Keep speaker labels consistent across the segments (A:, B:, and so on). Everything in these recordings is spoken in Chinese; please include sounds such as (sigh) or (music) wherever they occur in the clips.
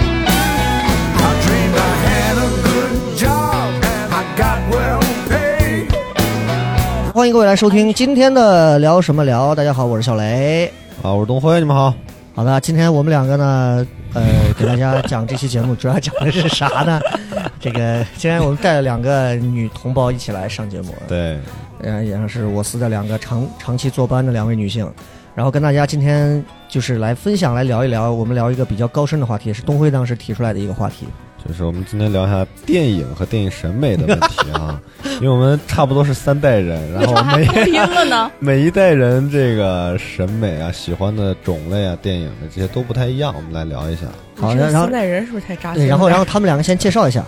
A: I dreamed I had a good job and I got well paid.
B: 欢迎各位来收听今天的聊什么聊。大家好，我是小雷。
C: 啊，我是东辉，你们好。
B: 好的，今天我们两个呢，呃，给大家讲这期节目，主要讲的是啥呢？ (laughs) 这个今天我们带了两个女同胞一起来上节目，
C: 对，
B: 呃，也是我司的两个长长期坐班的两位女性，然后跟大家今天就是来分享来聊一聊，我们聊一个比较高深的话题，也是东辉当时提出来的一个话题。
C: 就是我们今天聊一下电影和电影审美的问题
D: (laughs)
C: 啊，因为我们差不多是三代人，然后每。
E: 拼了呢
C: (laughs) 每一代人这个审美啊、喜欢的种类啊、电影的这些都不太一样，我们来聊一下。
B: 好，
E: 这
B: 然后
E: 现代人是不是太扎
B: 对，
E: 心了？
B: 然后然后他们两个先介绍一下，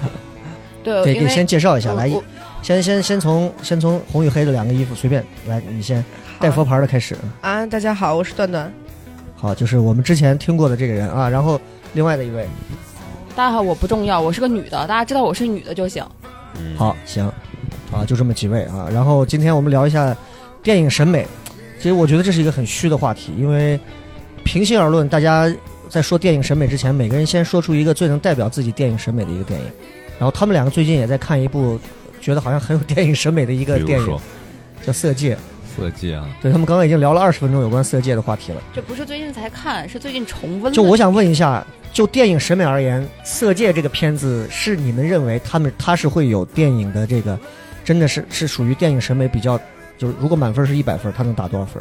E: 对
B: 对，
E: 呃因
B: 给
E: 为
B: 先介绍一下，
E: 我
B: 来
E: 我
B: 先先先从先从红与黑的两个衣服随便来，你先带佛牌的开始。
E: 啊，大家好，我是段段。
B: 好，就是我们之前听过的这个人啊，然后另外的一位，
E: 大家好，我不重要，我是个女的，大家知道我是女的就行。
C: 嗯，
B: 好，行，啊，就这么几位啊。然后今天我们聊一下电影审美，其实我觉得这是一个很虚的话题，因为平心而论，大家在说电影审美之前，每个人先说出一个最能代表自己电影审美的一个电影。然后他们两个最近也在看一部，觉得好像很有电影审美的一个
C: 比
B: 电
C: 如
B: 影
C: 说，
B: 叫《色戒》。
C: 色戒啊，
B: 对他们刚刚已经聊了二十分钟有关《色戒》的话题了。
E: 这不是最近才看，是最近重温
B: 就我想问一下，就电影审美而言，《色戒》这个片子是你们认为他们它是会有电影的这个，真的是是属于电影审美比较，就是如果满分是一百分，它能打多少分？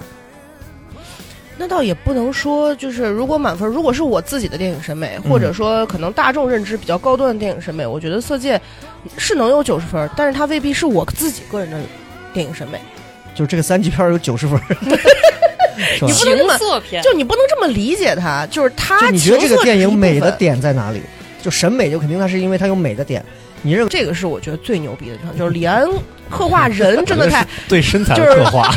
D: 那倒也不能说，就是如果满分，如果是我自己的电影审美，
B: 嗯
D: 或者说可能大众认知比较高端的电影审美，我觉得《色戒》是能有九十分，但是它未必是我自己个人的电影审美。
B: 就是这个三级片儿有九十分，是吧
D: 你？不能这么
E: 色片
D: 就你不能这么理解它，就是它
B: 就你觉得这个
D: 情色
B: 电
D: 是一
B: 影
D: 部
B: 美的
D: 分，
B: 点在哪里？就审美就肯定它是因为它有美的点，你认为？
D: 这个是我觉得最牛逼的地方，就是李安刻画人真的
B: (laughs)
D: 太，
C: 对身材
D: 的就是刻
C: 画，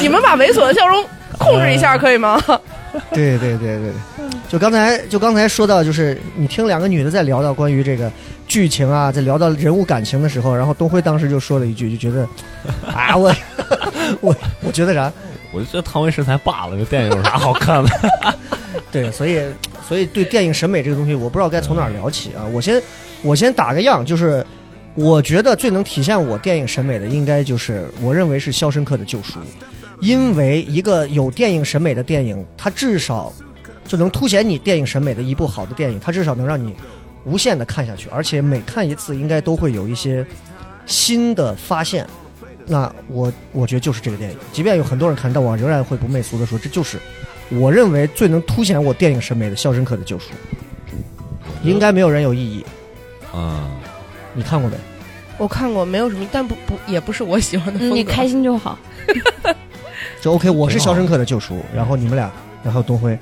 D: 你们把猥琐的笑容控制一
B: 嗯
D: 下可以吗？
B: 对对对对，就刚才就刚才说到，就是你听两个女的在聊到关于这个剧情啊，在聊到人物感情的时候，然后东辉当时就说了一句，就觉得啊，我 (laughs) 我我觉得啥？
C: 我就觉得唐维身材罢了，这电影有啥好看的？
B: (laughs) 对，所以所以对电影审美这个东西，我不知道该从哪儿聊起啊。我先我先打个样，就是我觉得最能体现我电影审美的，应该就是我认为是《肖申克的救赎》，因为一个有电影审美的电影，它至少就能凸显你电影审美的一部好的电影，它至少能让你无限的看下去，而且每看一次应该都会有一些新的发现。那我我觉得就是这个电影，即便有很多人看，但我仍然会不媚俗的说，这就是我认为最能凸显我电影审美的《肖申克的救赎》，嗯应该没有人有异议。
C: (laughs) 嗯，》。
B: 你看过没？
D: 我看过，没有什么，但不不也不是我喜欢的风格。
E: 你开心就好。
B: 就 OK，我是《肖申克的救赎》，然后你们俩，然后东辉，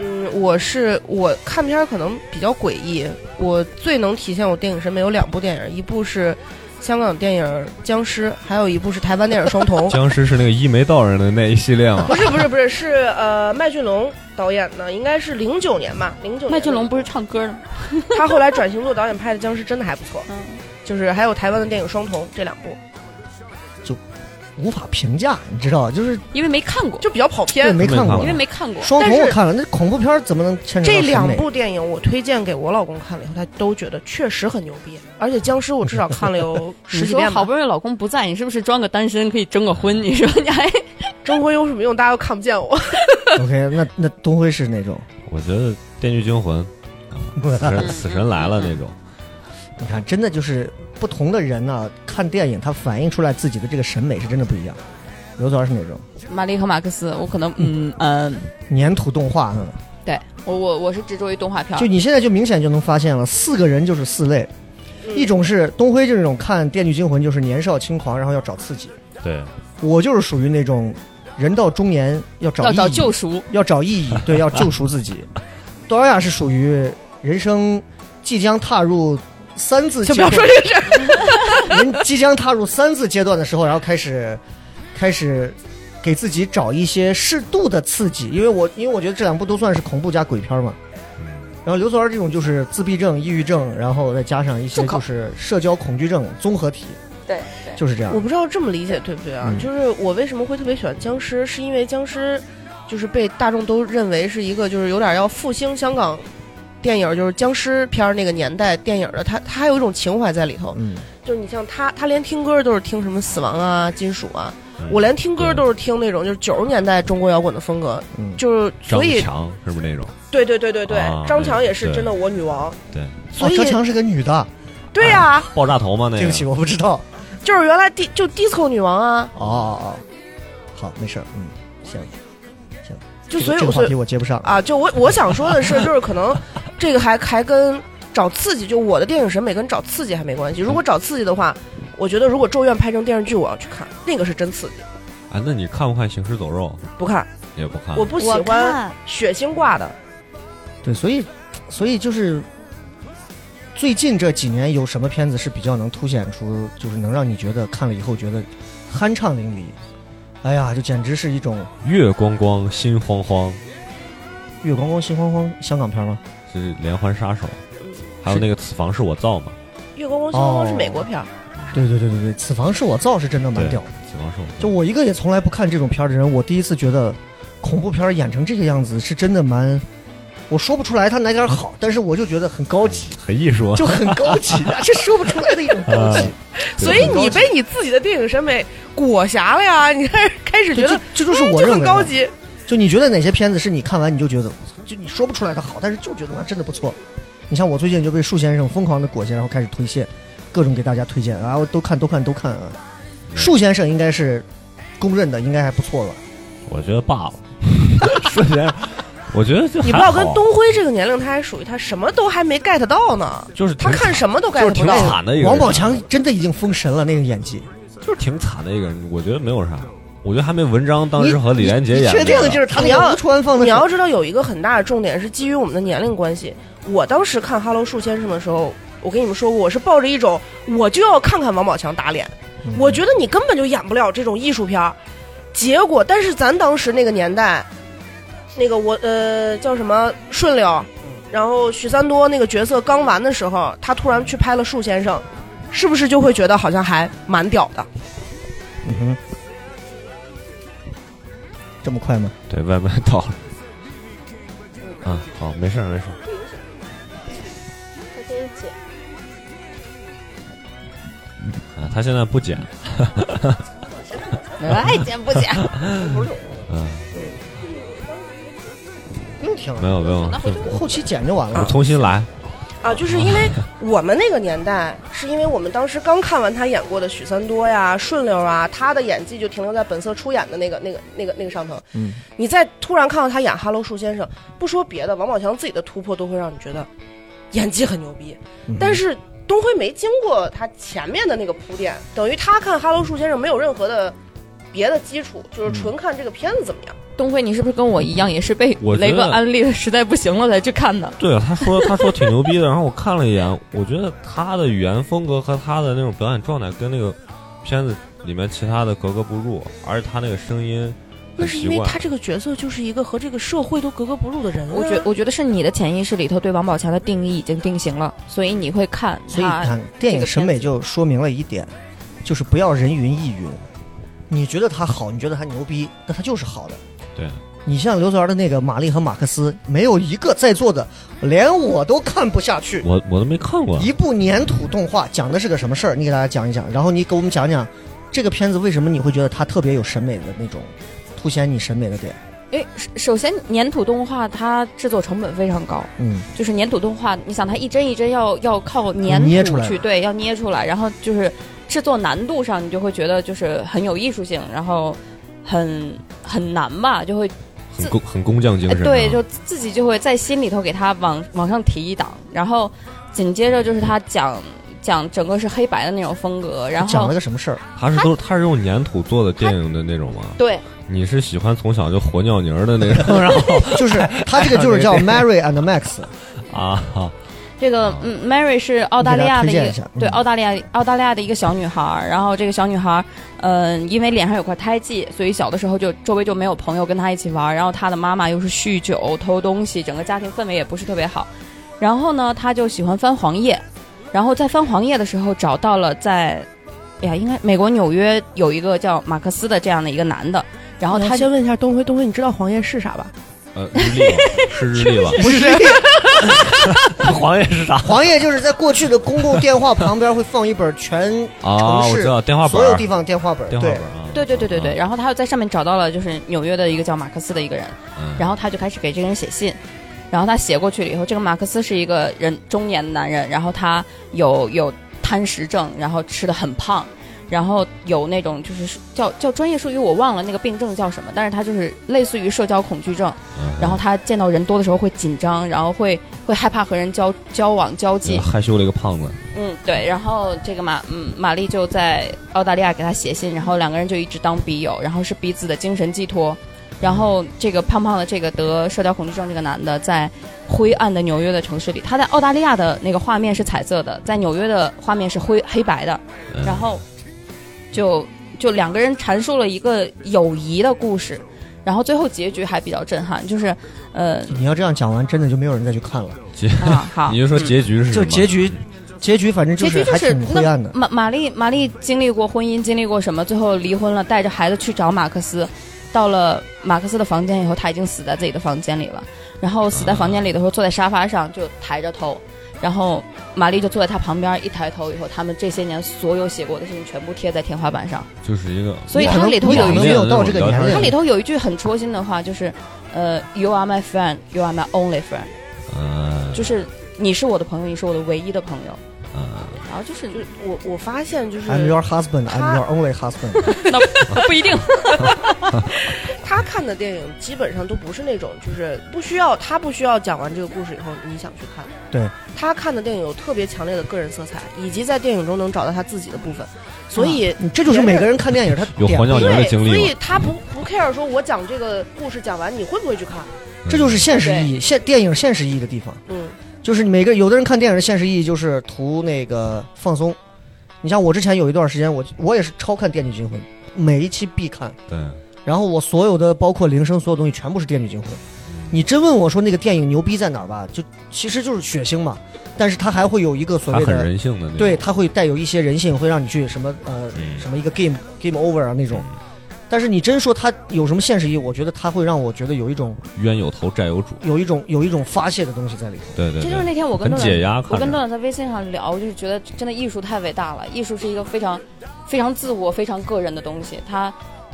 D: 嗯，我是我看片儿可能比较诡异，我最能体现我电影审美有两部电影，一部是香港电影《僵尸》，还有一部是台湾电影《双瞳
E: (laughs)
C: 僵尸是那个一眉道人的那一系列嘛？
D: 不是不是不是，是呃麦浚龙导演的，应该是零九年吧，零九
E: 麦浚龙不是唱歌的吗？
D: 他后来转型做导演拍的《僵尸》真的还不错，
E: 嗯，
D: 就是还有台湾的电影《双瞳》这两部
B: 无法评价，你知道，就是
E: 因为没看过，
D: 就比较跑
B: 对
D: 偏。
B: 没看
C: 没
B: 过
E: 因为。没看过。
B: 双瞳
D: 但是
B: 我看了，那恐怖片儿怎么能牵扯到
D: 这
B: 审
D: 两
B: 美
D: 部电影我推荐给我老公看了以后，他都觉得确实很牛逼，而且《僵尸》我至少看了有十
E: (laughs) 你
D: 几
E: 说
D: 遍吧
E: 好。不容易老公不在，你是不是装个单身可以征个婚？你说你还
D: 征婚有什么用？大家又看不见我。
B: ？OK，那那东辉是哪种？
C: (laughs) 我觉得《电锯惊魂》
D: (laughs)
C: 啊，死神死神来了那种。
B: (laughs) 你看，真的就是不同的人呢、看电影他反映出来自己的这个审美是真的不一样。刘导是哪种？
E: (laughs) 玛丽和马克思，我可能嗯嗯，
B: 粘土动画嗯呢？
E: 对我我我是执着于动画片儿
B: 就。你现在就明显就能发现了，四个人
D: 嗯
B: 就是四类，一种是东辉这种看《电锯惊魂》就是年少轻狂，然后要找刺激；
F: 对，
B: 我就是属于那种人到中年要找
E: 要找
B: 意义
E: 救 (laughs) 赎，
B: 要找意
D: (laughs)
B: 义，对，要救赎自己。东阳是属于人生即将踏入三字阶
D: 就不要
B: 段，
D: 说这个事儿。
B: 人即将踏入三字阶段的时候，然后开始开始给自己找一些适度的刺激，因为我因为我觉得这两部都算是恐怖加鬼片嘛。然后刘祖儿这种就是自闭症、抑郁症，然后再加上一些
E: 自考
B: 就是社交恐惧症综合体，
E: 对对，
B: 就是这样
D: 我。不知道这么理解对不对啊？
B: 嗯
D: 就是我为什么会特别喜欢僵尸，是因为僵尸就是被大众都认为是一个就是有点要复兴香港电影，就是僵尸片儿那个年代电影的，它它还有一种情怀在里头。
B: 嗯，
D: 就是你像他，他连听歌都是听什么死亡啊、金属啊，
B: 嗯
D: 我连听歌
F: 对
D: 都是听那种就是九十年代中国摇滚的风格，
B: 嗯
D: 就是
F: 张
D: 所以
F: 强是不是那种？
D: 对对对对对，
F: 啊
D: 张强也是
F: 对
D: 真的我女王，
F: 对，
D: 所
B: 哦
D: 以、
B: 张强是个女的，
D: 对呀、
F: 爆炸头吗？那
B: 对不起，
F: 个
B: 我不知道。
D: 就是原来迪就 disco 女王啊，
B: 哦哦哦，好，没事儿，嗯，行，
D: 就
B: 这
D: 所
B: 个
D: 以
B: 这个
D: 所
B: 话
D: 以
B: 题我接不上。
D: 啊，就我我想说的是，就是可能这个还还跟找刺激，就我的电影审美跟找刺激还没关系。如果找刺激的话，我觉得如果《咒怨》拍成电视剧，我要去看，那个是真刺激。
F: 啊，那你看不看《行尸走肉
D: 不看，》？
F: 也不看。
D: 我不喜
G: 我
D: 欢
G: 看
D: 血腥挂的。
B: 对，所以，所以就是最近这几年有什么片子是比较能凸显出，就是能让你觉得看了以后觉得酣畅淋漓？哎呀，这简直是一种
F: 月光光，心慌慌，
B: 月光光、心慌慌香港片吗？
F: 这是连环杀手，还有那个此房是我造嘛？
D: 月光光心慌慌
B: 哦
D: 是美国片儿，
B: 对对对对对，此房是我造是真的蛮
F: 对
B: 屌的。
F: 此房是我造
B: 就我一个也从来不看这种片儿的人，我第一次觉得恐怖片儿演成这个样子是真的蛮，我说不出来它哪点儿好，但是我就觉得很高 (laughs) 级，
F: 很艺术啊，
B: 就很高级，这说不出来的一种高
D: (laughs)
B: 级。
D: 所以你被你自己的电影审美裹挟了呀，你开始开始觉
B: 对
D: 得哎嗯
B: 这这就是我认
D: 就
B: 为
D: 很
B: 的
D: 高级。
B: 就你觉得哪些片子是你看完你就觉得，就你说不出来的好，但是就觉得哇真的不错。你像我最近就被树先生疯狂的裹挟，然后开始推荐，各种给大家推荐，然后都看都看都看啊。树先生应该是公认的，应该还不错吧？
F: 我觉得罢了， (laughs) 瞬间，我觉得就
D: 你不
F: 还好
D: 要跟东辉这个年龄，他还属于他什么都还没 get 到呢，
F: 就是挺
D: 他看什么都 get
F: 就是
D: 不
F: 挺
D: 到。
F: 惨的一个人
B: 王宝强真的已经封神了，那个演技。
F: 就是挺惨的一个人，我觉得没有啥，我觉得还没文章当时
B: 你
F: 和李连杰
B: 你
F: 演
B: 确
F: 的
B: 定就是他那
D: 你
B: 个
D: 要
B: 吴川放的
D: (laughs) 你
B: 手？
D: 要知道有一个很大的重点是基于我们的年龄关系。我当时看《哈喽树先生》的时候，我跟你们说过，我是抱着一种我就要看看王宝强打脸，
B: 嗯
D: 我觉得你根本就演不了这种艺术片儿。结果，但是咱当时那个年代，那个我呃叫什么顺溜，然后许三多那个角色刚完的时候，他突然去拍了《树先生》，是不是就会觉得好像还蛮屌的？
B: 嗯哼，嗯这么快吗？
F: 对外卖到了。啊，好，没事儿没事儿。啊，他现在不剪，
G: 爱
E: 哎
G: 剪
F: (laughs)
G: 不剪？
B: 不用听了，
F: 没有没有，就
B: 嗯后期剪就完
F: 我
B: 了。
F: 重新来。
D: 啊，就是因
F: (laughs)
D: 为我们那个年代，是因为我们当时刚看完他演过的许三多呀、顺溜啊，他的演技就停留在本色出演的那个、那个、那个、那个上头。
B: 嗯，
D: 你再突然看到他演《哈喽树先生》，不说别的，王宝强自己的突破都会让你觉得演技很牛逼。
F: 嗯
D: 但是东辉没经过他前面的那个铺垫，等于他看《哈喽树先生》没有任何的别的基础，
F: 嗯
D: 就是纯看这个片子怎么样。
E: (laughs) 东辉，你是不是跟我一样，也是被
F: 我觉得
E: 雷哥安利的，实在不行了才去看的？
F: 对，啊他说他说挺牛逼的，然后我看了一眼，我觉得他的语言风格和他的那种表演状态跟那个片子里面其他的格格不入，而且他那个声音
D: 那
F: 很
D: 是
F: 奇
D: 因为
F: 怪。
D: 他这个角色就是一个和这个社会都格格不入的人、啊
E: 我
B: 嗯
E: 觉我觉得是你的潜意识里头对王宝强的定义已经定型了，所以你会看
B: 所以你
E: 他
B: 看，电影审美
E: 啊这
B: 就说明了一点，就是不要人云亦云。你觉得它好，你觉得它牛逼，那它就是好的。
F: 对，
B: 你像刘祖儿的那个《玛丽和马克思》，没有一个在座的，连我都看不下去。
F: 我我都没看过。
B: 一部粘土动画讲的是个什么事儿？你给大家讲一讲，然后你给我们讲讲这个片子为什么你会觉得它特别有审美的那种，凸显你审美的点。
E: 因为首首先粘土动画它制作成本非常高，
B: 嗯，
E: 就是粘土动画，你想它一帧一帧要要靠粘
B: 捏出
E: 土
B: 来
E: 去对，要捏出来，然后就是制作难度上，你就会觉得就是很有艺术性，然后很很难吧，就会
F: 很工很工匠精
E: 哎
F: 神、啊。
B: 嗯
E: 对，就自己就会在心里头给他往往上提一档，然后紧接着就是他讲讲整个是黑白的那种风格，然
B: 讲
E: 后
B: 了个什么事儿？
F: 他是都他是用粘土做的电影的那种吗？
E: 对
F: 你是喜欢从小就活尿泥儿的那
B: (laughs)
F: 种，然后
B: 就是他这个就是叫 Mary and Max，
F: 啊，
E: 这个嗯，Mary 是澳大利亚
B: 你
E: 的
B: 给大家推
E: 一个
B: 荐一下嗯
E: 对澳大利亚澳大利亚的一个小女孩儿，然后这个小女孩儿，嗯、因为脸上有块胎记，所以小的时候就周围就没有朋友跟她一起玩儿，然后她的妈妈又是酗酒、偷东西，整个家庭氛围也不是特别好。然后呢，她就喜欢翻黄页，然后在翻黄页的时候找到了在，哎呀，应该美国纽约有一个叫马克思的这样的一个男的，然后
D: 我
E: 哦他就
D: 先问一下东辉，东辉，你知道黄页是啥吧？
F: (laughs) 呃，日历吧，是日历吧？
B: 不是
F: 黄页是啥
B: 黄页，就是在过去的公共电话旁边会放一本全
F: 啊？我知道电话本
B: 所有
F: 儿，
B: 地方电话本，
F: (laughs) 电话本
B: 对
F: 儿，啊，
E: 对对对对对，
F: 啊，
E: 然后他又在上面找到了就是纽约的一个叫马克思的一个人。
F: 嗯
E: 然后他就开始给这个人写信，然后他写过去了以后，这个马克思是一个人中年的男人，然后他有有贪食症，然后吃的很胖，然后有那种就是叫叫专业术语我忘了那个病症叫什么，但是他就是类似于社交恐惧症，
F: 嗯
E: 然后他见到人多的时候会紧张，然后会会害怕和人交交往交际
F: 嗯，害羞了一个胖子，
E: 嗯，对，然后这个马嗯玛丽就在澳大利亚给他写信，然后两个人就一直当笔友，然后是彼此的精神寄托。然后这个胖胖的这个得社交恐惧症这个男的，在灰暗的纽约的城市里，他在澳大利亚的那个画面是彩色的，在纽约的画面是灰黑白的，
F: 嗯
E: 然后就就两个人阐述了一个友谊的故事，然后最后结局还比较震撼，就是呃
B: 你要这样讲完，真的就没有人再去看了。
F: 结
E: 啊好，
F: (laughs) 你就说结局是什
B: 就
F: 么？嗯
B: 结局，结局反正就
E: 结局
B: 是
E: 就
B: 还
E: 是
B: 挺灰暗的。
E: 玛玛丽玛丽经历过婚姻，经历过什么，最后离婚了，带着孩子去找马克思。到了马克思的房间以后，他已经死在自己的房间里了。然后死在房间里的时候，坐在沙发上就抬着头，然后玛丽就坐在他旁边，一抬头以后，他们这些年所有写过的事情全部贴在天花板上。
F: 就是一个，
E: 所以
B: 我
E: 它
B: 可能
E: 里头
B: 我
E: 有
B: 可
E: 一
B: 能
E: 个
B: 没有到这个年
F: 对
E: 它
B: 龄，
E: 里头有一句很戳心的话，就是，呃，You are my friend, you are my only friend，
F: 嗯，
E: 就是你是我的朋友，你是我的唯一的朋友。
F: 嗯
E: 然后就是
D: 啊就是我我发现就是
B: I'm your husband, I'm your only
E: (laughs)
B: husband。
E: 那啊不一定。
D: 他看的电影基本上都不是那种，就是不需要他不需要讲完这个故事以后你想去看。
B: 对，
D: 他看的电影有特别强烈的个人色彩，以及在电影中能找到他自己的部分，所以。
B: 你这就是每个人看电影他
F: 有
B: 点
F: 黄教
B: 不一
F: 牛
B: 样
F: 的
D: 对，
F: 经历
D: 所
F: 吗
D: 以他不不 care 说，我讲这个故事讲完，你会不会去看？
B: 这就是现实意义，现电影现实意义的地方。
D: 嗯，
B: 就是每个有的人看电影的现实意义就是图那个放松。你像我之前有一段时间，我我也是超看《电锯惊魂》，每一期必看，
F: 对，
B: 然后我所有的包括铃声所有东西全部是《电锯惊魂》。你真问我说那个电影牛逼在哪儿吧，就其实就是血腥嘛，但是它还会有一个所
F: 他
B: 谓
F: 很
B: 的，
F: 人性的那种，
B: 对，它会带有一些人性，会让你去什么呃
F: 嗯
B: 什么一个 game game over 啊那种。但是你真说它有什么现实意义，我觉得它会让我觉得有一种
F: 冤有头债有主，
B: 有一种有一种发泄的东西在里头。
F: 对
E: (laughs)
F: 对
E: 这就是
F: 对，
E: 那天我跟
F: 很
E: 段
F: 解压，
E: 我
F: 看
E: 跟
F: 着
E: 段段在微信上聊，就是觉得真的艺术太伟大了，艺术是一个非常非常自我、非常个人的东西，它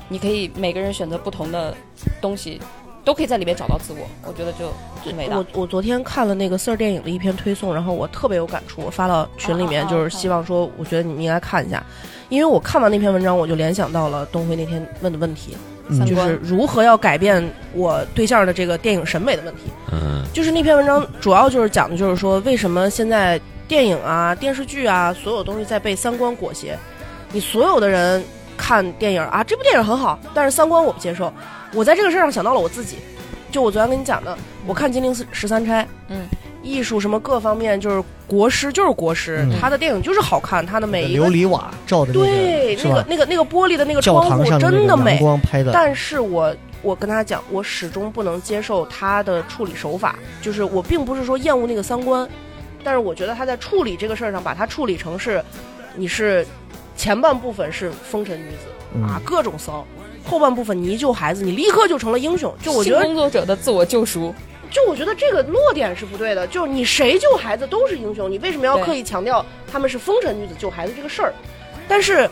E: 你可以每个人选择不同的东西，都可以在里面找到自我，我觉得就很伟大
D: 我。我昨天看了那个 Sir 电影的一篇推送，然后我特别有感触，我发到群里
E: 啊
D: 面，
E: 啊啊
D: 就是希望说，我觉得你们应该看一下，因为我看完那篇文章，我就联想到了东辉那天问的问题，
E: 三
D: 就
E: 观
D: 是如何要改变我对象的这个电影审美的问题。
F: 嗯，
D: 就是那篇文章主要就是讲的就是说，为什么现在电影啊、电视剧啊，所有东西在被三观裹挟。你所有的人看电影啊，这部电影很好，但是三观我不接受。我在这个事儿上想到了我自己，就我昨天跟你讲的，我看《金陵十三钗》，
E: 嗯，
D: 艺术什么各方面就是国师就是国师
B: 嗯，
D: 他的电影就是好看，他的每一
B: 琉
D: 个
B: 璃瓦照的那个，
D: 对
B: 是
D: 那个
B: 吧？
D: 那个那个玻璃的那个
B: 教
D: 窗
B: 堂
D: 户
B: 上的那
D: 真的
B: 个阳
D: 美，
B: 光拍的，
D: 但是我我跟他讲，我始终不能接受他的处理手法，就是我并不是说厌恶那个三观，但是我觉得他在处理这个事儿上，把它处理成是你是前半部分是风尘女子啊
B: 嗯，，
D: 各种骚。后半部分你一救孩子，你立刻就成了英雄。就我觉
E: 性
D: 得，
E: 工作者的自我救赎，
D: 就我觉得这个落点是不对的。就是你谁救孩子都是英雄，你为什么要
E: 对
D: 刻意强调他们是风尘女子救孩子这个事儿？但是，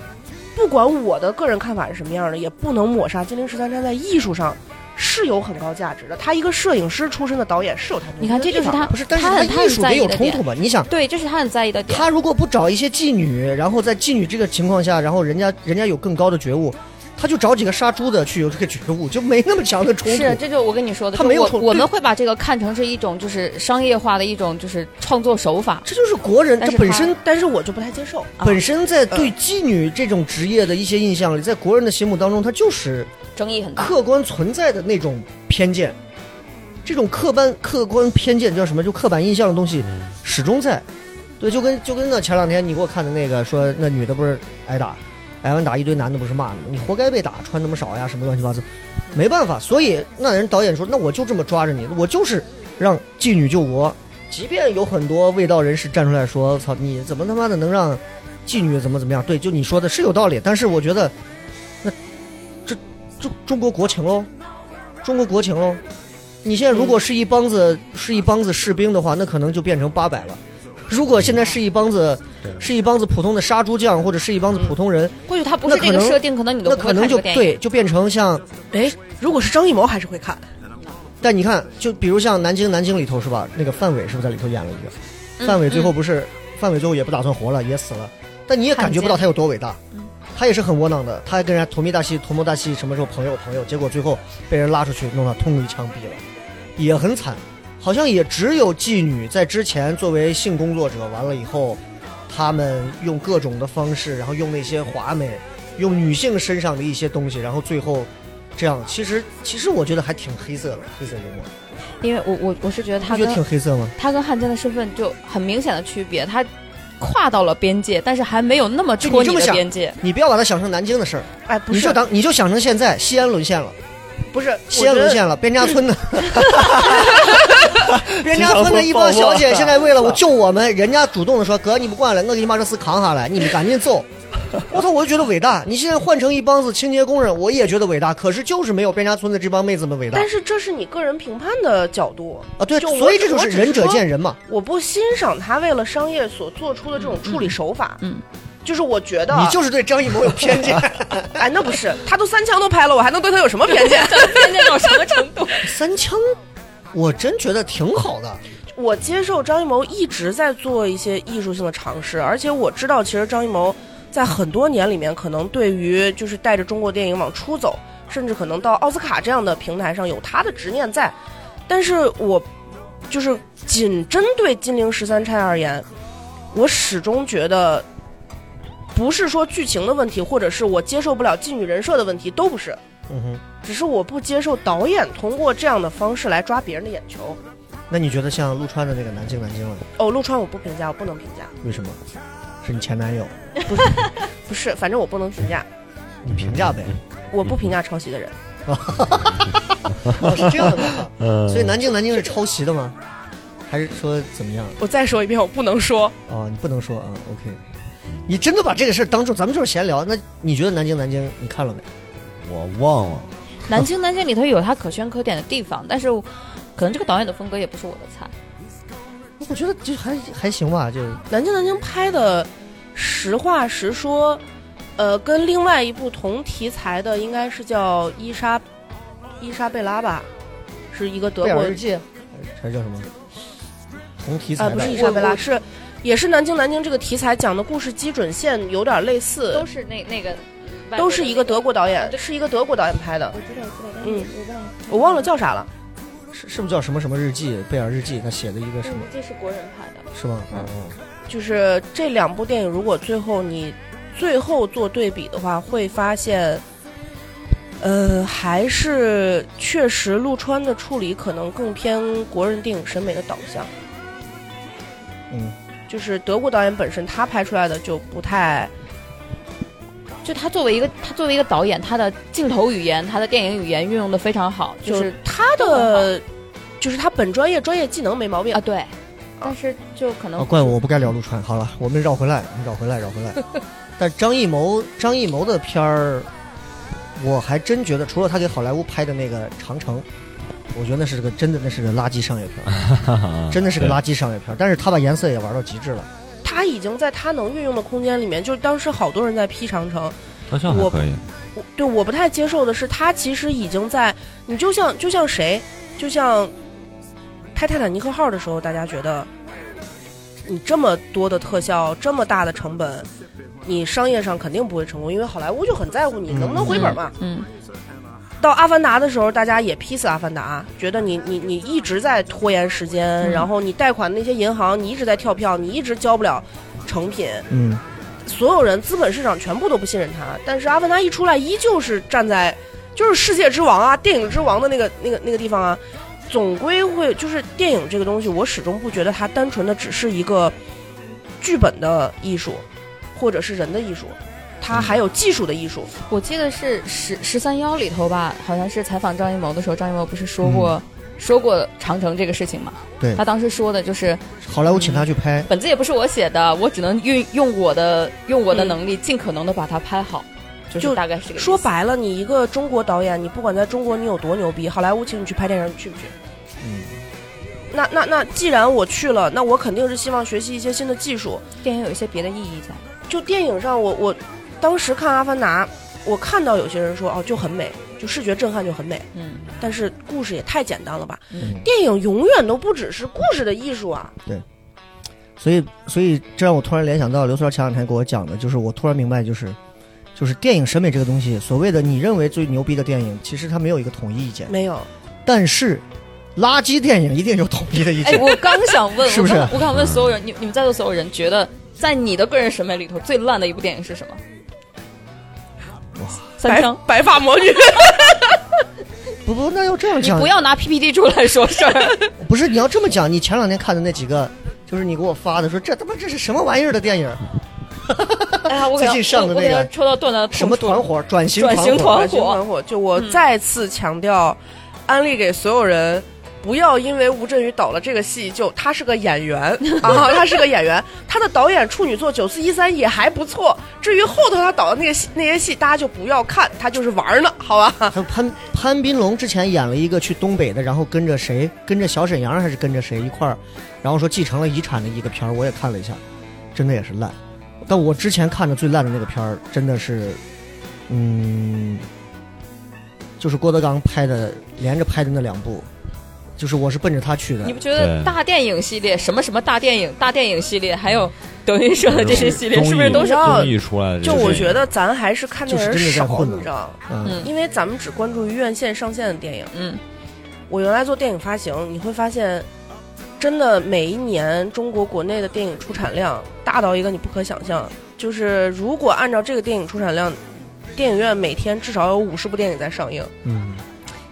D: 不管我的个人看法是什么样的，也不能抹杀《金陵十三钗》在艺术上是有很高价值的。他一个摄影师出身的导演是有他牛逼
E: 你看
D: 的
E: 这就是
D: 地
E: 他
D: 方，
B: 不是，但是
E: 他
B: 他
E: 很他
B: 艺
E: 很
B: 术
E: 在
B: 得
E: 意
B: 有
E: 的
B: 冲
E: 点
B: 突吧？你想，
E: 对，这是他很在意的点。
B: 他如果不找一些妓女，然后在妓女这个情况下，然后人家人家有更高的觉悟，他就找几个杀猪的去有这个觉悟，就没那么强的冲突。
E: 是，这就我跟你说的，
B: 他
E: 就
B: 没有
E: 我
B: 从
E: 我
B: 对
E: 们会把这个看成是一种就是商业化的一种就是创作手法。
B: 这就是国人，
E: 但
B: 他
E: 是
B: 本
E: 他
B: 身
D: 但是我就不太接受。
E: 啊
B: 本身在对妓女这种职业的一些印象里，在国人的心目当中，它就是
E: 争议很大。
B: 客观存在的那种偏见，这种客观客观偏见叫什么？就刻板印象的东西
E: 嗯
B: 始终在。对，就跟就跟那前两天你给我看的那个，说那女的不是挨打，挨完打一堆男的不是骂你，你活该被打，穿那么少呀，什么乱七八糟，没办法。所以那人导演说，那我就这么抓着你，我就是让妓女救国。即便有很多卫道人士站出来说，操，你怎么他妈的能让妓女怎么怎么样？对，就你说的是有道理，但是我觉得中中国国情喽，中国国情喽。你现在如果是一帮子、是一帮子士兵的话，那可能就变成八百了。如果现在是一帮子是一帮子普通的杀猪匠，或者是一帮子普通人，
E: 或许它不
B: 那
E: 是
B: 可
E: 这个
B: 能
E: 设定，可能嗯你都
B: 那
E: 不
B: 可
E: 会
B: 能
E: 看
B: 就
E: 这个电影。
B: 对，就变成像。
D: 哎，如果是张艺谋，还是会看。
B: 但你看，就比如像《南京南京》里头是吧？那个范伟是不是在里头演了
E: 嗯
B: 一个？范伟最后不是、范伟最后也不打算活了，也死了。但你也感觉不到他有多伟大，
E: 嗯
B: 他也是很窝囊的。他还跟人家同命大戏、同谋大戏，什么时候朋友朋友，结果最后被人拉出去，弄到通一枪毙了，也很惨。好像也只有妓女在之前作为性工作者，完了以后，他们用各种的方式，然后用那些华美，用女性身上的一些东西，然后最后这样。其实其实我觉得还挺黑色的，黑色幽默。
E: 因为我嗯我我是觉得
B: 你
E: 它
B: 觉得挺
E: 跟
B: 黑色吗？
E: 它跟汉奸的身份就很明显的区别，它跨到了边界，但是还没有那么
B: 就
E: 戳
B: 你这么
E: 的
B: 想
E: 边
D: (laughs)
E: 界。
B: 你不要把它想成南京的事儿，
D: 哎，不
B: 你
D: 是
B: 就，当你就想成现在西安沦陷了，
D: 不是，
B: 西安
D: 我觉
B: 沦
D: 得
B: 陷了，边家村
D: (laughs)
B: 的， (laughs) 边家村的一帮小姐现在为了我救我们，人家主动的说哥你不管了，我给你把这事扛下来，你们赶紧
D: (laughs)
B: 走。我操，我就觉得伟大。你现在换成一帮子清洁工人，我也觉得伟大，可是就是没有边家村的这帮妹子们伟大
D: 但是这是你个人评判的角度
B: 啊。对，
D: 就我
B: 所以
D: 只
B: 这就是
D: 我只
B: 仁者
D: 说
B: 见仁嘛。
D: 我不欣赏他为了商业所做出的这种处理手法。
E: 嗯嗯
D: 就是我觉得，啊
B: 你就是对张艺谋有偏见，
D: 哎，那不是，他都三枪都拍了，我还能对他有什么偏见？
E: 边界到什么程
D: (laughs)
E: 度？
B: (laughs) 三枪，我真觉得挺好的。
D: 我接受张艺谋一直在做一些艺术性的尝试，而且我知道，其实张艺谋在很多年里面，可能对于就是带着中国电影往出走，甚至可能到奥斯卡这样的平台上有他的执念在。但是我就是仅针对《金陵十三钗》而言，我始终觉得不是说剧情的问题，或者是我接受不了妓女人设的问题，都不是，
B: 嗯哼。
D: 只是我不接受导演通过这样的方式来抓别人的眼球。
B: 那你觉得像陆川的那个南京南京了，啊
D: 哦，陆川我不评价，我不能评价。
B: 为什么？是你前男友？
D: 不是，反正我不能评价，
B: 你评价呗。
D: 我不评价抄袭的人。
B: 哦，是这样的吗。
C: 嗯
B: 所以南京南京是抄袭的吗？还是说怎么样？
D: 我再说一遍，我不能说。
B: 哦，你不能说啊。OK，你真的把这个事儿当做咱们就是闲聊？那你觉得南京南京你看了没？
C: 我忘了，
E: 南京南京里头有它可圈可点的地方，但是我可能这个导演的风格也不是我的菜。
B: 我觉得就还还行吧，就
D: 南京南京拍的，实话实说，呃，跟另外一部同题材的应该是叫伊莎伊莎贝拉吧，是一个德
B: 贝
D: 国
B: 尔日记还是叫什么？同题
D: 啊、
B: 材
D: 不
B: 的
D: 是伊莎贝
E: 我
D: 拉，
E: 我
D: 是也是南京南京这个题材讲的故事基准线有点类似，
E: 都是那那个，
D: 都是一个德国导演，
E: 对
D: 是一个德国导演拍的。嗯，我忘了叫啥了。
B: 是是不是叫什么什么日记？贝尔日记他写的一个什么？
E: 嗯这是国人拍的，
B: 是吗？哦，
D: 就是这两部电影，如果最后你最后做对比的话，会发现，呃，还是确实陆川的处理可能更偏国人电影审美的导向，
B: 嗯，
D: 就是德国导演本身他拍出来的就不太
E: 就他作为一个他作为一个导演，他的镜头语言、他的电影语言运用的非常好，
D: 就
E: 就是
D: 是他的。就是他本专业专业技能没毛病
E: 啊，对，但是就可
B: 啊，
E: 能
B: 怪我，我不该聊陆川。好了，我们绕回来，绕回来，绕回来。但张艺谋，张艺谋的片儿，我还真觉得，除了他给好莱坞拍的那个《长城》，我觉得那是个真的，那是个垃圾商业片儿， (laughs) 真的是个垃圾商业片儿。但是他把颜色也玩到极致了。
D: 他已经在他能运用的空间里面，就是当时好多人在批长城，
F: 那像还可以，
D: 我对我不太接受的是，他其实已经在你就像就像谁，就像拍《泰坦尼克号》的时候，大家觉得你这么多的特效，这么大的成本，你商业上肯定不会成功，因为好莱坞就很在乎你能不能回本嘛。
E: 嗯，
D: 到《阿凡达》的时候，大家也批死《阿凡达》，觉得你你你一直在拖延时间，然后你贷款的那些银行，你一直在跳票，你一直交不了成品，
B: 嗯，
D: 所有人资本市场全部都不信任他。但是《阿凡达》一出来，依旧是站在就是世界之王啊，电影之王的那个那个那个地方啊，总归会就是电影这个东西，我始终不觉得它单纯的只是一个剧本的艺术，或者是人的艺术，它还有技术的艺术。
E: 我记得是十十三幺里头吧，好像是采访张艺谋的时候，张艺谋不是说过、说过长城这个事情嘛？
B: 嗯对
E: 他当时说的就是
B: 好莱坞请他去拍，
E: 本子也不是我写的，我只能运用我的用我的
D: 嗯
E: 能力，尽可能的把它拍好，就是
D: 就
E: 大概是这个意思
D: 说白了，你一个中国导演，你不管在中国你有多牛逼，好莱坞请你去拍电影，你去不去？
B: 嗯，
D: 那那那，既然我去了，那我肯定是希望学习一些新的技术。
E: 电影有一些别的意义在。
D: 就电影上我，我当时看《阿凡达》，我看到有些人说哦就很美，就视觉震撼就很美，
E: 嗯，
D: 但是故事也太简单了吧？
E: 嗯
D: 电影永远都不只是故事的艺术啊！
B: 所以所以这让我突然联想到刘苏儿前两天给我讲的，就是我突然明白，就是就是电影审美这个东西，所谓的你认为最牛逼的电影，其实它没有一个统一意见，
D: 没有，
B: 但是垃圾电影一定有统一的意
E: 哎，
B: 见。
E: 我刚想问，
B: 是不是嗯
E: 我刚我刚问所有人，你你们在座所有人觉得在你的个人审美里头最烂的一部电影是什么？三
D: 白
E: 枪，
D: 白发魔女，
B: (laughs) 不不，那要这样
E: (laughs) 你
B: 讲，
E: 不要拿 PPT 出来说事儿。
B: 不是你要这么讲，你前两天看的那几个，就是你给我发的，说这他妈这是什么玩意儿的电
E: 嗯
B: 影？
E: 哎呀，我给
B: 最
E: 他
B: 近上的
E: 我
B: 那个
E: 我给他抽到断的
B: 什么团伙？转型
E: 转
B: 团
E: 型团
B: 伙？
E: 火
D: 团火团火！就我再次强调，安利给所有人。不要因为吴镇宇导了这个戏，就他是个演员啊，他是个演员，他的导演处女作《九四一三》也还不错。至于后头他导的那个戏，那些戏大家就不要看，他就是玩儿呢，好吧？
B: 还有潘潘斌龙之前演了一个去东北的，然后跟着谁，跟着小沈阳还是跟着谁一块儿，然后说继承了遗产的一个片儿，我也看了一下，真的也是烂。但我之前看的最烂的那个片儿，真的是，嗯，就是郭德纲拍的，连着拍的那两部，就是我是奔着他去的
E: 你。不觉得大电影系列什么什么大电影、大电影系列，还有
B: 嗯
E: 德云社 (laughs) 的这些系列，
F: 综艺
E: 是不是都是？
F: 综艺出来的这
D: 就
F: 些？
D: 我觉得咱还是看电影
B: 就是真的在
D: 少，
B: 混
D: 你知道吗，
B: 嗯，
E: 嗯
D: 因为咱们只关注于院线上线的电影。
E: 嗯，
D: 我原来做电影发行，你会发现，真的每一年中国国内的电影出产量大到一个你不可想象。就是如果按照这个电影出产量，电影院每天至少有五十部电影在上映。
B: 嗯，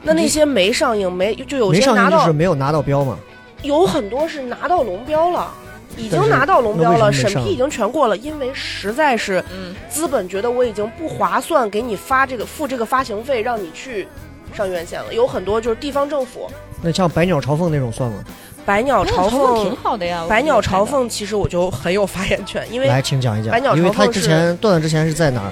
D: 那那些没上映没就有
B: 没
D: 些
B: 上
D: 拿
B: 映就
D: 到
B: 是没有拿到标嘛。
D: 有很多是拿到龙标了。已
B: 但
D: 经
B: 是
D: 拿到龙标
B: 那
D: 了，
B: 为什么没
D: 审
B: 上
D: 批已经全过了，因为实在是
E: 嗯，
D: 资本觉得我已经不划算给你发这个付这个发行费，让你去上院线了。有很多就是地方政府，
B: 那像《百鸟朝凤》那种算吗？
D: 百
E: 哎
D: 鸟朝
E: 凤
D: 凤
E: 挺，好的呀。
D: 百鸟朝
E: 我
D: 凤其实我就很有发言权，因为
B: 来，请讲一讲。
D: 百鸟朝
B: 因为他
D: 凤
B: 之
D: 是
B: 前段段之前是在哪儿？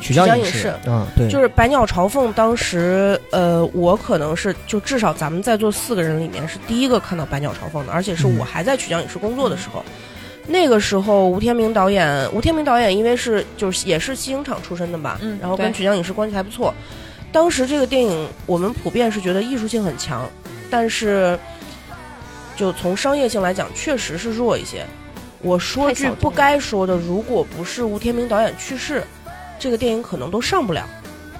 B: 曲江
D: 江
B: 影
D: 影
B: 视
D: 视
B: 啊，对，
D: 就是百鸟朝凤当时，呃，我可能是就至少咱们在座四个人里面是第一个看到百鸟朝凤的，而且是
B: 嗯
D: 我还在曲江影视工作的时候。那个时候，吴天明导演，吴天明导演因为是就是也是西影厂出身的吧，
E: 嗯
D: 然后跟
E: 对
D: 曲江影视关系还不错。当时这个电影，我们普遍是觉得艺术性很强，但是就从商业性来讲，确实是弱一些。我说
E: 太小
D: 句
E: 众了
D: 不该说的，如果不是吴天明导演去世，这个电影可能都上不了。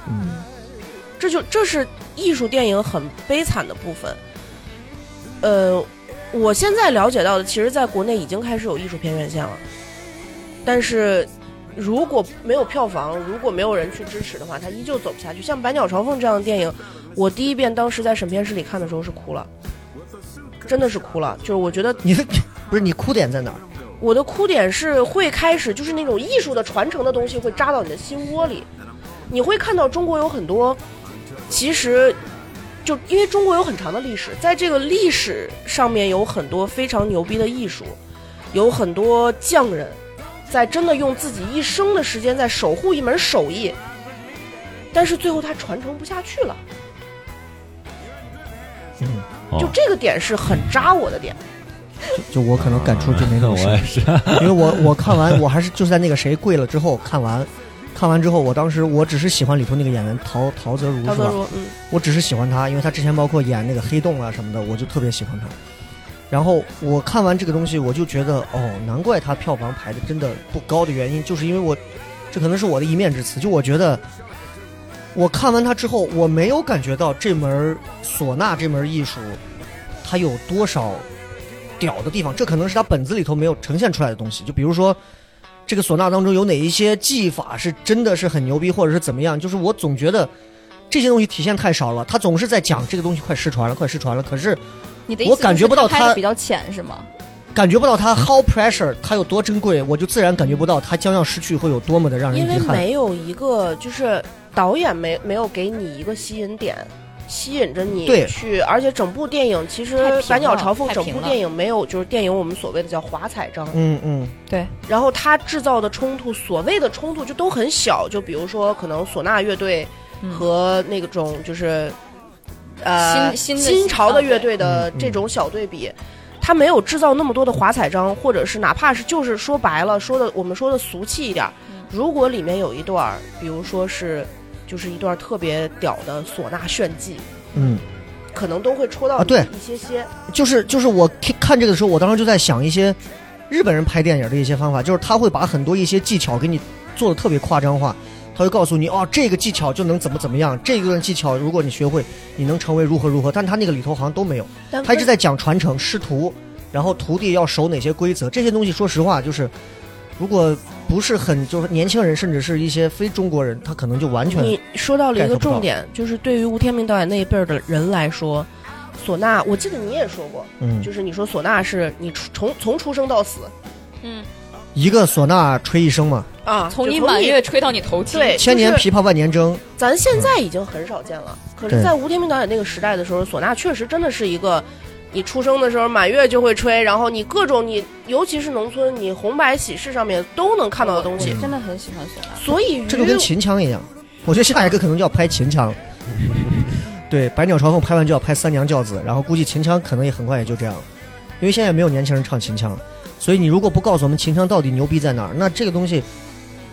B: 嗯
D: 这就这是艺术电影很悲惨的部分。呃，我现在了解到的，其实在国内已经开始有艺术片院线了，但是如果没有票房，如果没有人去支持的话，它依旧走不下去。像《百鸟朝凤》这样的电影，我第一遍当时在审片室里看的时候是哭了，真的是哭了。就是我觉得
B: 你的不是你哭点在哪儿？
D: 我的哭点是会开始就是那种艺术的传承的东西会扎到你的心窝里，你会看到中国有很多，其实就因为中国有很长的历史，在这个历史上面有很多非常牛逼的艺术，有很多匠人，在真的用自己一生的时间在守护一门手艺，但是最后他传承不下去了，
F: 哦
D: 就这个点是很扎我的点。
B: 就我可能感触就没那么
F: 啊我也
B: 深，
F: 是，
B: 因为我我看完我还是就是在那个谁跪了之后看完，看完之后我当时我只是喜欢里头那个演员陶陶泽如
D: 陶
B: 是
D: 泽
B: 吧？
D: 如，嗯，
B: 我只是喜欢他，因为他之前包括演那个黑洞啊什么的，我就特别喜欢他。然后我看完这个东西，我就觉得哦，难怪它票房排的真的不高的原因，就是因为我，这可能是我的一面之词，就我觉得。我看完它之后，我没有感觉到这门儿唢呐这门儿艺术，它有多少屌的地方，这可能是它本子里头没有呈现出来的东西。就比如说，这个唢呐当中有哪一些技法是真的是很牛逼，或者是怎么样？就是我总觉得这些东西体现太少了。他总是在讲这个东西快失传了，快失传了，可是
E: 你的意思
B: 我感觉不到
E: 就是拍
B: 他
E: 的比较浅是吗？
B: 感觉不到
D: 嗯
B: 它 how pressure 它有多珍贵，我就自然感觉不到它将要失去会有多么的让人
D: 因为
B: 遗憾。
D: 没有一个就是导演没没有给你一个吸引点。吸引着你
B: 对
D: 去，而且整部电影其实
E: 太平
D: 《百鸟
E: 了
D: 朝凤
E: 太》
D: 整
E: 平
D: 部
E: 了
D: 电影没有，就是电影我们所谓的叫华彩章，
B: 嗯嗯，
E: 对，
D: 然后他制造的冲突，所谓的冲突就都很小，就比如说可能唢呐乐队和那种就是、呃
E: 新新的
D: 新潮的乐队
B: 嗯
D: 的
B: 嗯
D: 这种小对比。他没有制造那么多的华彩章，或者是哪怕是就是说白了说的，我们说的俗气一点儿，
E: 嗯
D: 如果里面有一段儿，比如说是就是一段儿特别屌的唢呐炫技，
B: 嗯，
D: 可能都会戳到
B: 啊对
D: 你一些些。
B: 就是就是我看看这个的时候，我当时就在想一些日本人拍电影的一些方法，就是他会把很多一些技巧给你做的特别夸张化，他会告诉你哦，这个技巧就能怎么怎么样，这个技巧如果你学会，你能成为如何如何，但他那个里头好像都没有。
D: 但
B: 他一直在讲传承、师徒，然后徒弟要守哪些规则，这些东西，说实话，就是如果不是很就是年轻人，甚至是一些非中国人，他可能就完全
D: 你说到了一
B: get
D: 个
B: 不到
D: 重点，就是对于吴天明导演那一辈儿的人来说，唢呐，我记得你也说过，
B: 嗯，
D: 就是你说唢呐是你出从从出生到死
E: 嗯，
B: 一个唢呐吹一生嘛，
D: 啊，
E: 从
D: 就
E: 你满月吹到你头七，
D: 对
B: 千年
D: 哎就是哎
B: 琵琶万年筝，
D: 咱现在已经很少见了。可是，
B: 对
D: 在吴天明导演那个时代的时候，唢呐确实真的是一个，你出生的时候满月就会吹，然后你各种你，尤其是农村，你红白喜事上面都能看到
B: 嗯
D: 的东西
E: 我。真的很喜欢唢呐。
D: 所以于，
B: 这就跟秦腔一样。我觉得下一个可能就要拍秦腔， (laughs) 对，《百鸟朝凤》拍完就要拍《三娘教子》，然后估计秦腔可能也很快也就这样了，因为现在也没有年轻人唱秦腔，所以你如果不告诉我们秦腔到底牛逼在哪儿，那这个东西，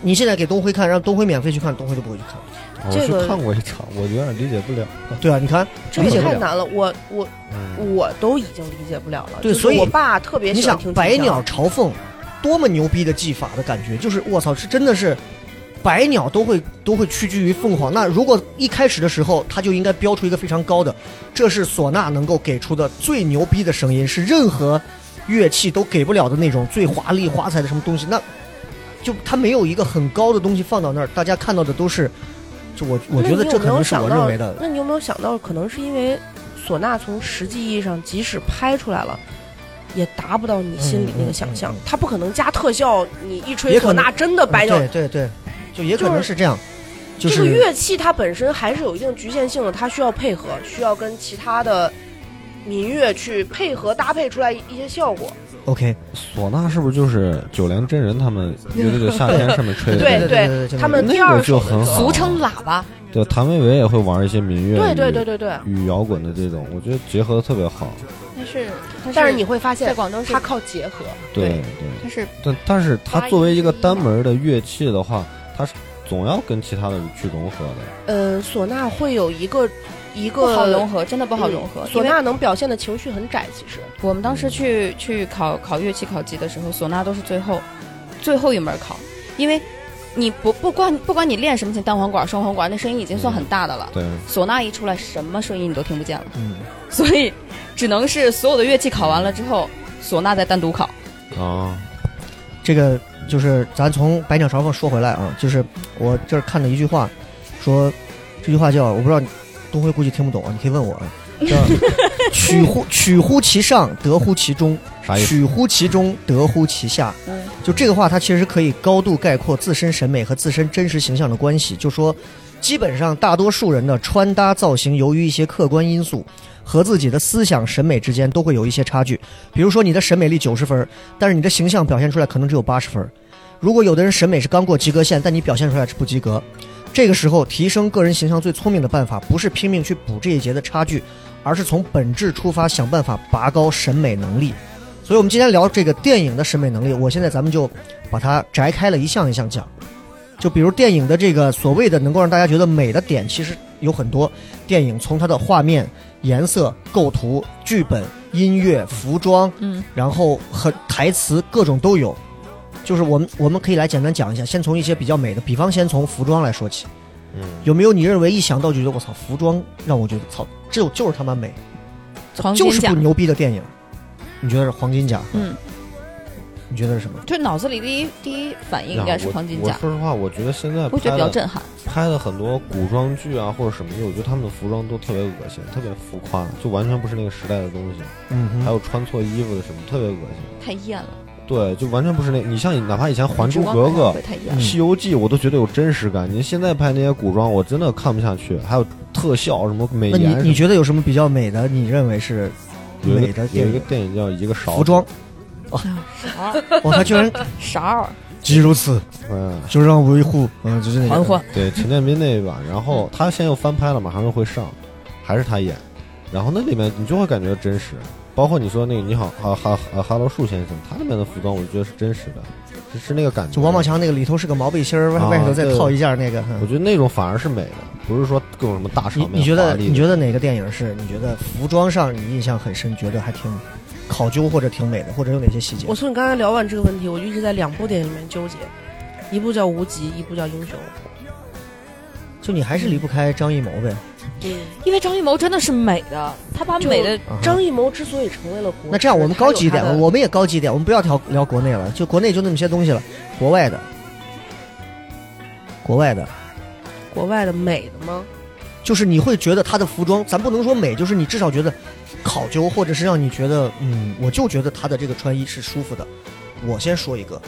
B: 你现在给东辉看，让东辉免费去看，东辉都不会去看。
C: 我
D: 这
C: 去
D: 个
C: 看过一场，我有点理解不了。
B: 对啊，你看，
D: 这
B: 理解
D: 个
B: 不
D: 太
B: 了。
D: 难了，我我
C: 嗯，
D: 我都已经理解不了了。
B: 对
D: 就是
B: 所以
D: 我爸特别
B: 你
D: 喜欢
B: 想
D: 听啊
B: 百
D: 秦腔
B: 鸟朝凤，多么牛逼的技法的感觉，就是我操，是真的是百鸟都会都会屈居于凤凰。那如果一开始的时候，它就应该标出一个非常高的，这是唢呐能够给出的最牛逼的声音，是任何乐器都给不了的那种最华丽华彩的什么东西。那就它没有一个很高的东西放到那儿，大家看到的都是，就我我觉得这可能是我认为的。
D: 那你有没有想到，可能是因为唢呐从实际意义上，即使拍出来了，也达不到你心里那个想象
B: 嗯嗯嗯。
D: 它不可能加特效，你一吹
B: 也可
D: 唢
B: 能
D: 呐真的白鸟。
B: 嗯对对对，就也可
D: 就是
B: 能是这样。就是
D: 这个乐器它本身还是有一定局限性的，它需要配合，需要跟其他的民乐去配合搭配出来一些效果。
B: OK，
C: 唢呐是不是就是九良真人他们乐队的夏天上面吹的？
D: 对
B: 对
D: 对
B: 对，
D: 他们
C: 那
D: 第二
C: 个就
D: 首的时候
C: 很好，
E: 俗称喇叭，
C: 对，谭维维也会玩一些民乐，
D: 对对对对对。
C: 与摇滚的这种，我觉得结合的特别好。
E: 但是
D: 但是你会发
E: 在
D: 现，
E: 广州是
D: 它靠结合。
C: 对
E: 对
C: 对，
E: 它是
C: 但但是它
E: 八音
C: 作为一个
E: 之一
C: 单
E: 嘛
C: 门的乐器的话，它是总要跟其他的去融合的。
D: 呃，唢呐会有一个一
E: 不好融
D: 个
E: 合，真的不好融合。
D: 嗯唢
E: 因为
D: 呐能表现的情绪很窄，其实。
E: 我们当时去去考考乐器考级的时候，唢呐都是最后最后一门考，因为你不不管不管你练什么琴，单簧管、双簧管，那声音已经算很大的了。
C: 对，
E: 唢呐一出来，什么声音你都听不见了，
B: 嗯，
E: 所以只能是所有的乐器考完了之后，唢呐再单独考。
C: 啊，
B: 这个就是咱从百鸟朝凤说回来啊，就是我这儿看了一句话，说这句话叫我不知道东辉估计听不懂啊，你可以问我啊，叫取乎取乎其上，得乎其中，
C: 啥意思？
B: 取乎其中，得乎其下。
E: 嗯
B: 就这个话，它其实可以高度概括自身审美和自身真实形象的关系。就说，基本上大多数人的穿搭造型，由于一些客观因素和自己的思想审美之间都会有一些差距。比如说，你的审美力九十分，但是你的形象表现出来可能只有八十分。如果有的人审美是刚过及格线，但你表现出来是不及格，这个时候提升个人形象最聪明的办法，不是拼命去补这一节的差距，而是从本质出发，想办法拔高审美能力。所以，我们今天聊这个电影的审美能力，我现在咱们就把它摘开了一项一项讲。就比如电影的这个所谓的能够让大家觉得美的点，其实有很多电影，从它的画面、颜色、构图、剧本、音乐、服装，
E: 嗯，
B: 然后很台词各种都有。就是我们我们可以来简单讲一下，先从一些比较美的，比方先从服装来说起。
F: 嗯，
B: 有没有你认为一想到就觉得我操，服装让我觉得操，就就是他妈美，
E: 黄金
B: 就是
E: 甲
B: 部，牛逼的电影？你觉得是黄金甲？
E: 嗯，
B: 你觉得是什么？
E: 就脑子里第一第一反应应该是黄金
F: 我
E: 甲，
F: 说实话，我觉得现在
E: 我觉得
F: 拍
E: 比较
F: 的
E: 震撼。
F: 拍的很多古装剧啊或者什么的，我觉得他们的服装都特别恶心，特别浮夸，就完全不是那个时代的东西。
B: 嗯哼
F: 还有穿错衣服的什么，特别恶心。
E: 太艳了，
F: 对，就完全不是那，你像你哪怕以前《还珠
E: 直观
F: 格
E: 看
F: 格》
E: 会太艳
B: 嗯
E: 了。
F: 《西游记》，我都觉得有真实感。您现在拍那些古装，我真的看不下去。还有特效什么美
B: 那
F: 颜
B: 你
F: 什么，
B: 你觉得有什么比较美的？你认为是
F: 有
B: 美
F: 一
B: 的
F: 个有
B: 电
F: 一个
B: 影？
F: 电影叫《一个勺子
B: 服装，
E: 哦
B: 哇，他居
F: (laughs)
B: 然
E: 勺儿，
B: 即如此，
F: 嗯，
B: 就让维护，嗯，就是那个
E: 嬛嬛，
F: 对，陈建斌那一版，然后他现在又翻拍了，马上又会上，还是他演。然后那里面你就会感觉真实，包括你说那个你好哈哈哈哈罗树先生，他里面的服装我觉得是真实的，是是那个感觉。
B: 就王宝，强那个里头是个毛背心儿，外
F: 啊
B: 外头再
F: 对
B: 套一件那个。
F: 我
B: 嗯
F: 觉得那种反而是美的，不是说各种什么大场
B: 你
F: 面。
B: 你觉得
F: 华丽的
B: 你觉得哪个电影是你觉得服装上你印象很深，觉得还挺考究或者挺美的，或者有哪些细节
D: 我？从你刚才聊完这个问题，我就一直在两部电影里面纠结，一部叫《无极》，一部叫《英雄》。
B: 就你还是离不开张艺谋呗。
E: 因为张艺谋真的是美的，他把
D: 就
E: 美的
B: 嗯啊哈
D: 张艺谋之所以成为了国，
B: 那这样我们高级一点
D: 他有，他的
B: 我们也高级一点，我们不要聊聊国内了，就国内就那么些东西了，国外的，国外的。
D: 国外的美的吗？
B: 就是你会觉得她的服装，咱不能说美，就是你至少觉得考究，或者是让你觉得，嗯，我就觉得她的这个穿衣是舒服的。我先说一个，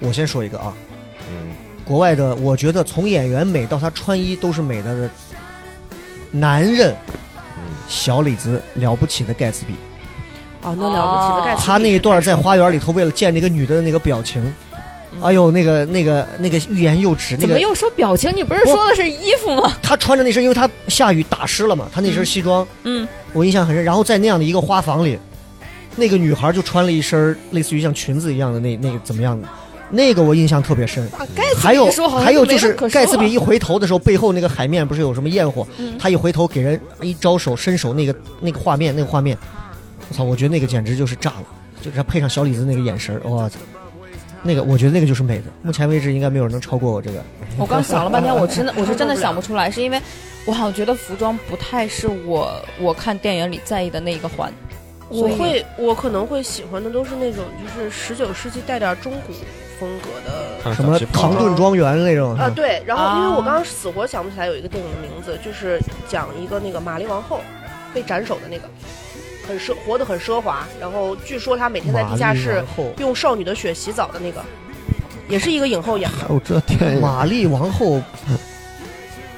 B: 我先说一个啊，
F: 嗯，
B: 国外的，我觉得从演员美到她穿衣都是美的。男人，小李子了不起的盖茨比，
D: 哦，那了不起的盖茨比
B: 他那一段在花园里头为了见那个女的那个表情，哎呦，那个那个那个欲言又止，那
E: 嗯怎么
B: 个
E: 又说表情？你不是
B: 我
E: 说的是衣服吗？
B: 他穿着那身，因为他下雨打湿了嘛，他那身西装，
E: 嗯，
B: 我印象很深。然后在那样的一个花房里，那个女孩就穿了一身类似于像裙子一样的那那个怎么样的，那个我印象特别深。
E: 啊盖茨比
B: 还有
E: 说好像
B: 还有
E: 没
B: 就
E: 得
B: 是
E: 可
B: 盖
E: 说
B: 茨比
E: 了嗯
B: 一回头的时候，背后那个海面不是有什么焰火，他一回头给人一招手伸手，那个那个画面那个画面，我操，我觉得那个简直就是炸了，就是他配上小李子那个眼神儿，我操。那个，我觉得那个就是美的。目前为止，应该没有人能超过我这个。
E: 我刚想了半天，我真的我是真的想不出来，是因为我好像觉得服装不太是我我看电影里在意的那一个环。
D: 我
E: 所以
D: 会，我可能会喜欢的都是那种，就是十九世纪带点中古风格的。
F: 看
B: 什么
F: 小旗袍
B: 唐顿庄园那种
D: 啊，
B: 嗯
D: 对，然后因为
E: 啊
D: 我刚刚死活想不起来有一个电影的名字，就是讲一个那个玛丽王后被斩首的那个，很奢活得很奢华，然后据说她每天在地下室用少女的血洗澡的那个，也是一个影后演的。
F: 还有这电影，
B: 玛丽王后，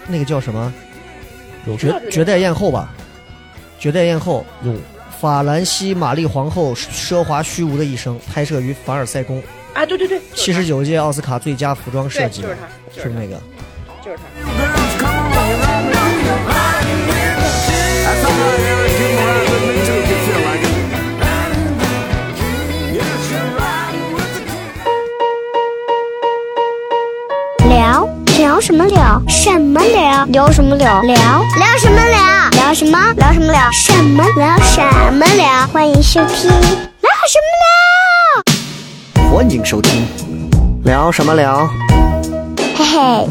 B: 那个叫什么？
F: 有
B: 绝绝代艳后吧？绝代艳后，
F: 用
B: 法兰西玛丽皇后奢华虚无的一生，拍摄于凡尔赛宫，
D: 哎，对对对，就是
B: 七十九届奥斯卡最佳服装
D: 对，
B: 设计
D: 就是，她，就是是
B: 那个。
D: 她，就是她。
A: Girls, come on, you love me. That's all I ever do, ride with me till you feel like it. Yes, you ride with the king.
H: 聊聊什么聊？什么聊？聊什么聊？聊聊什么聊？聊什么？聊什么聊？什么聊？什么聊？欢迎收听聊什么
B: 欢迎收听，聊什么聊？
H: 聊？嘿嘿，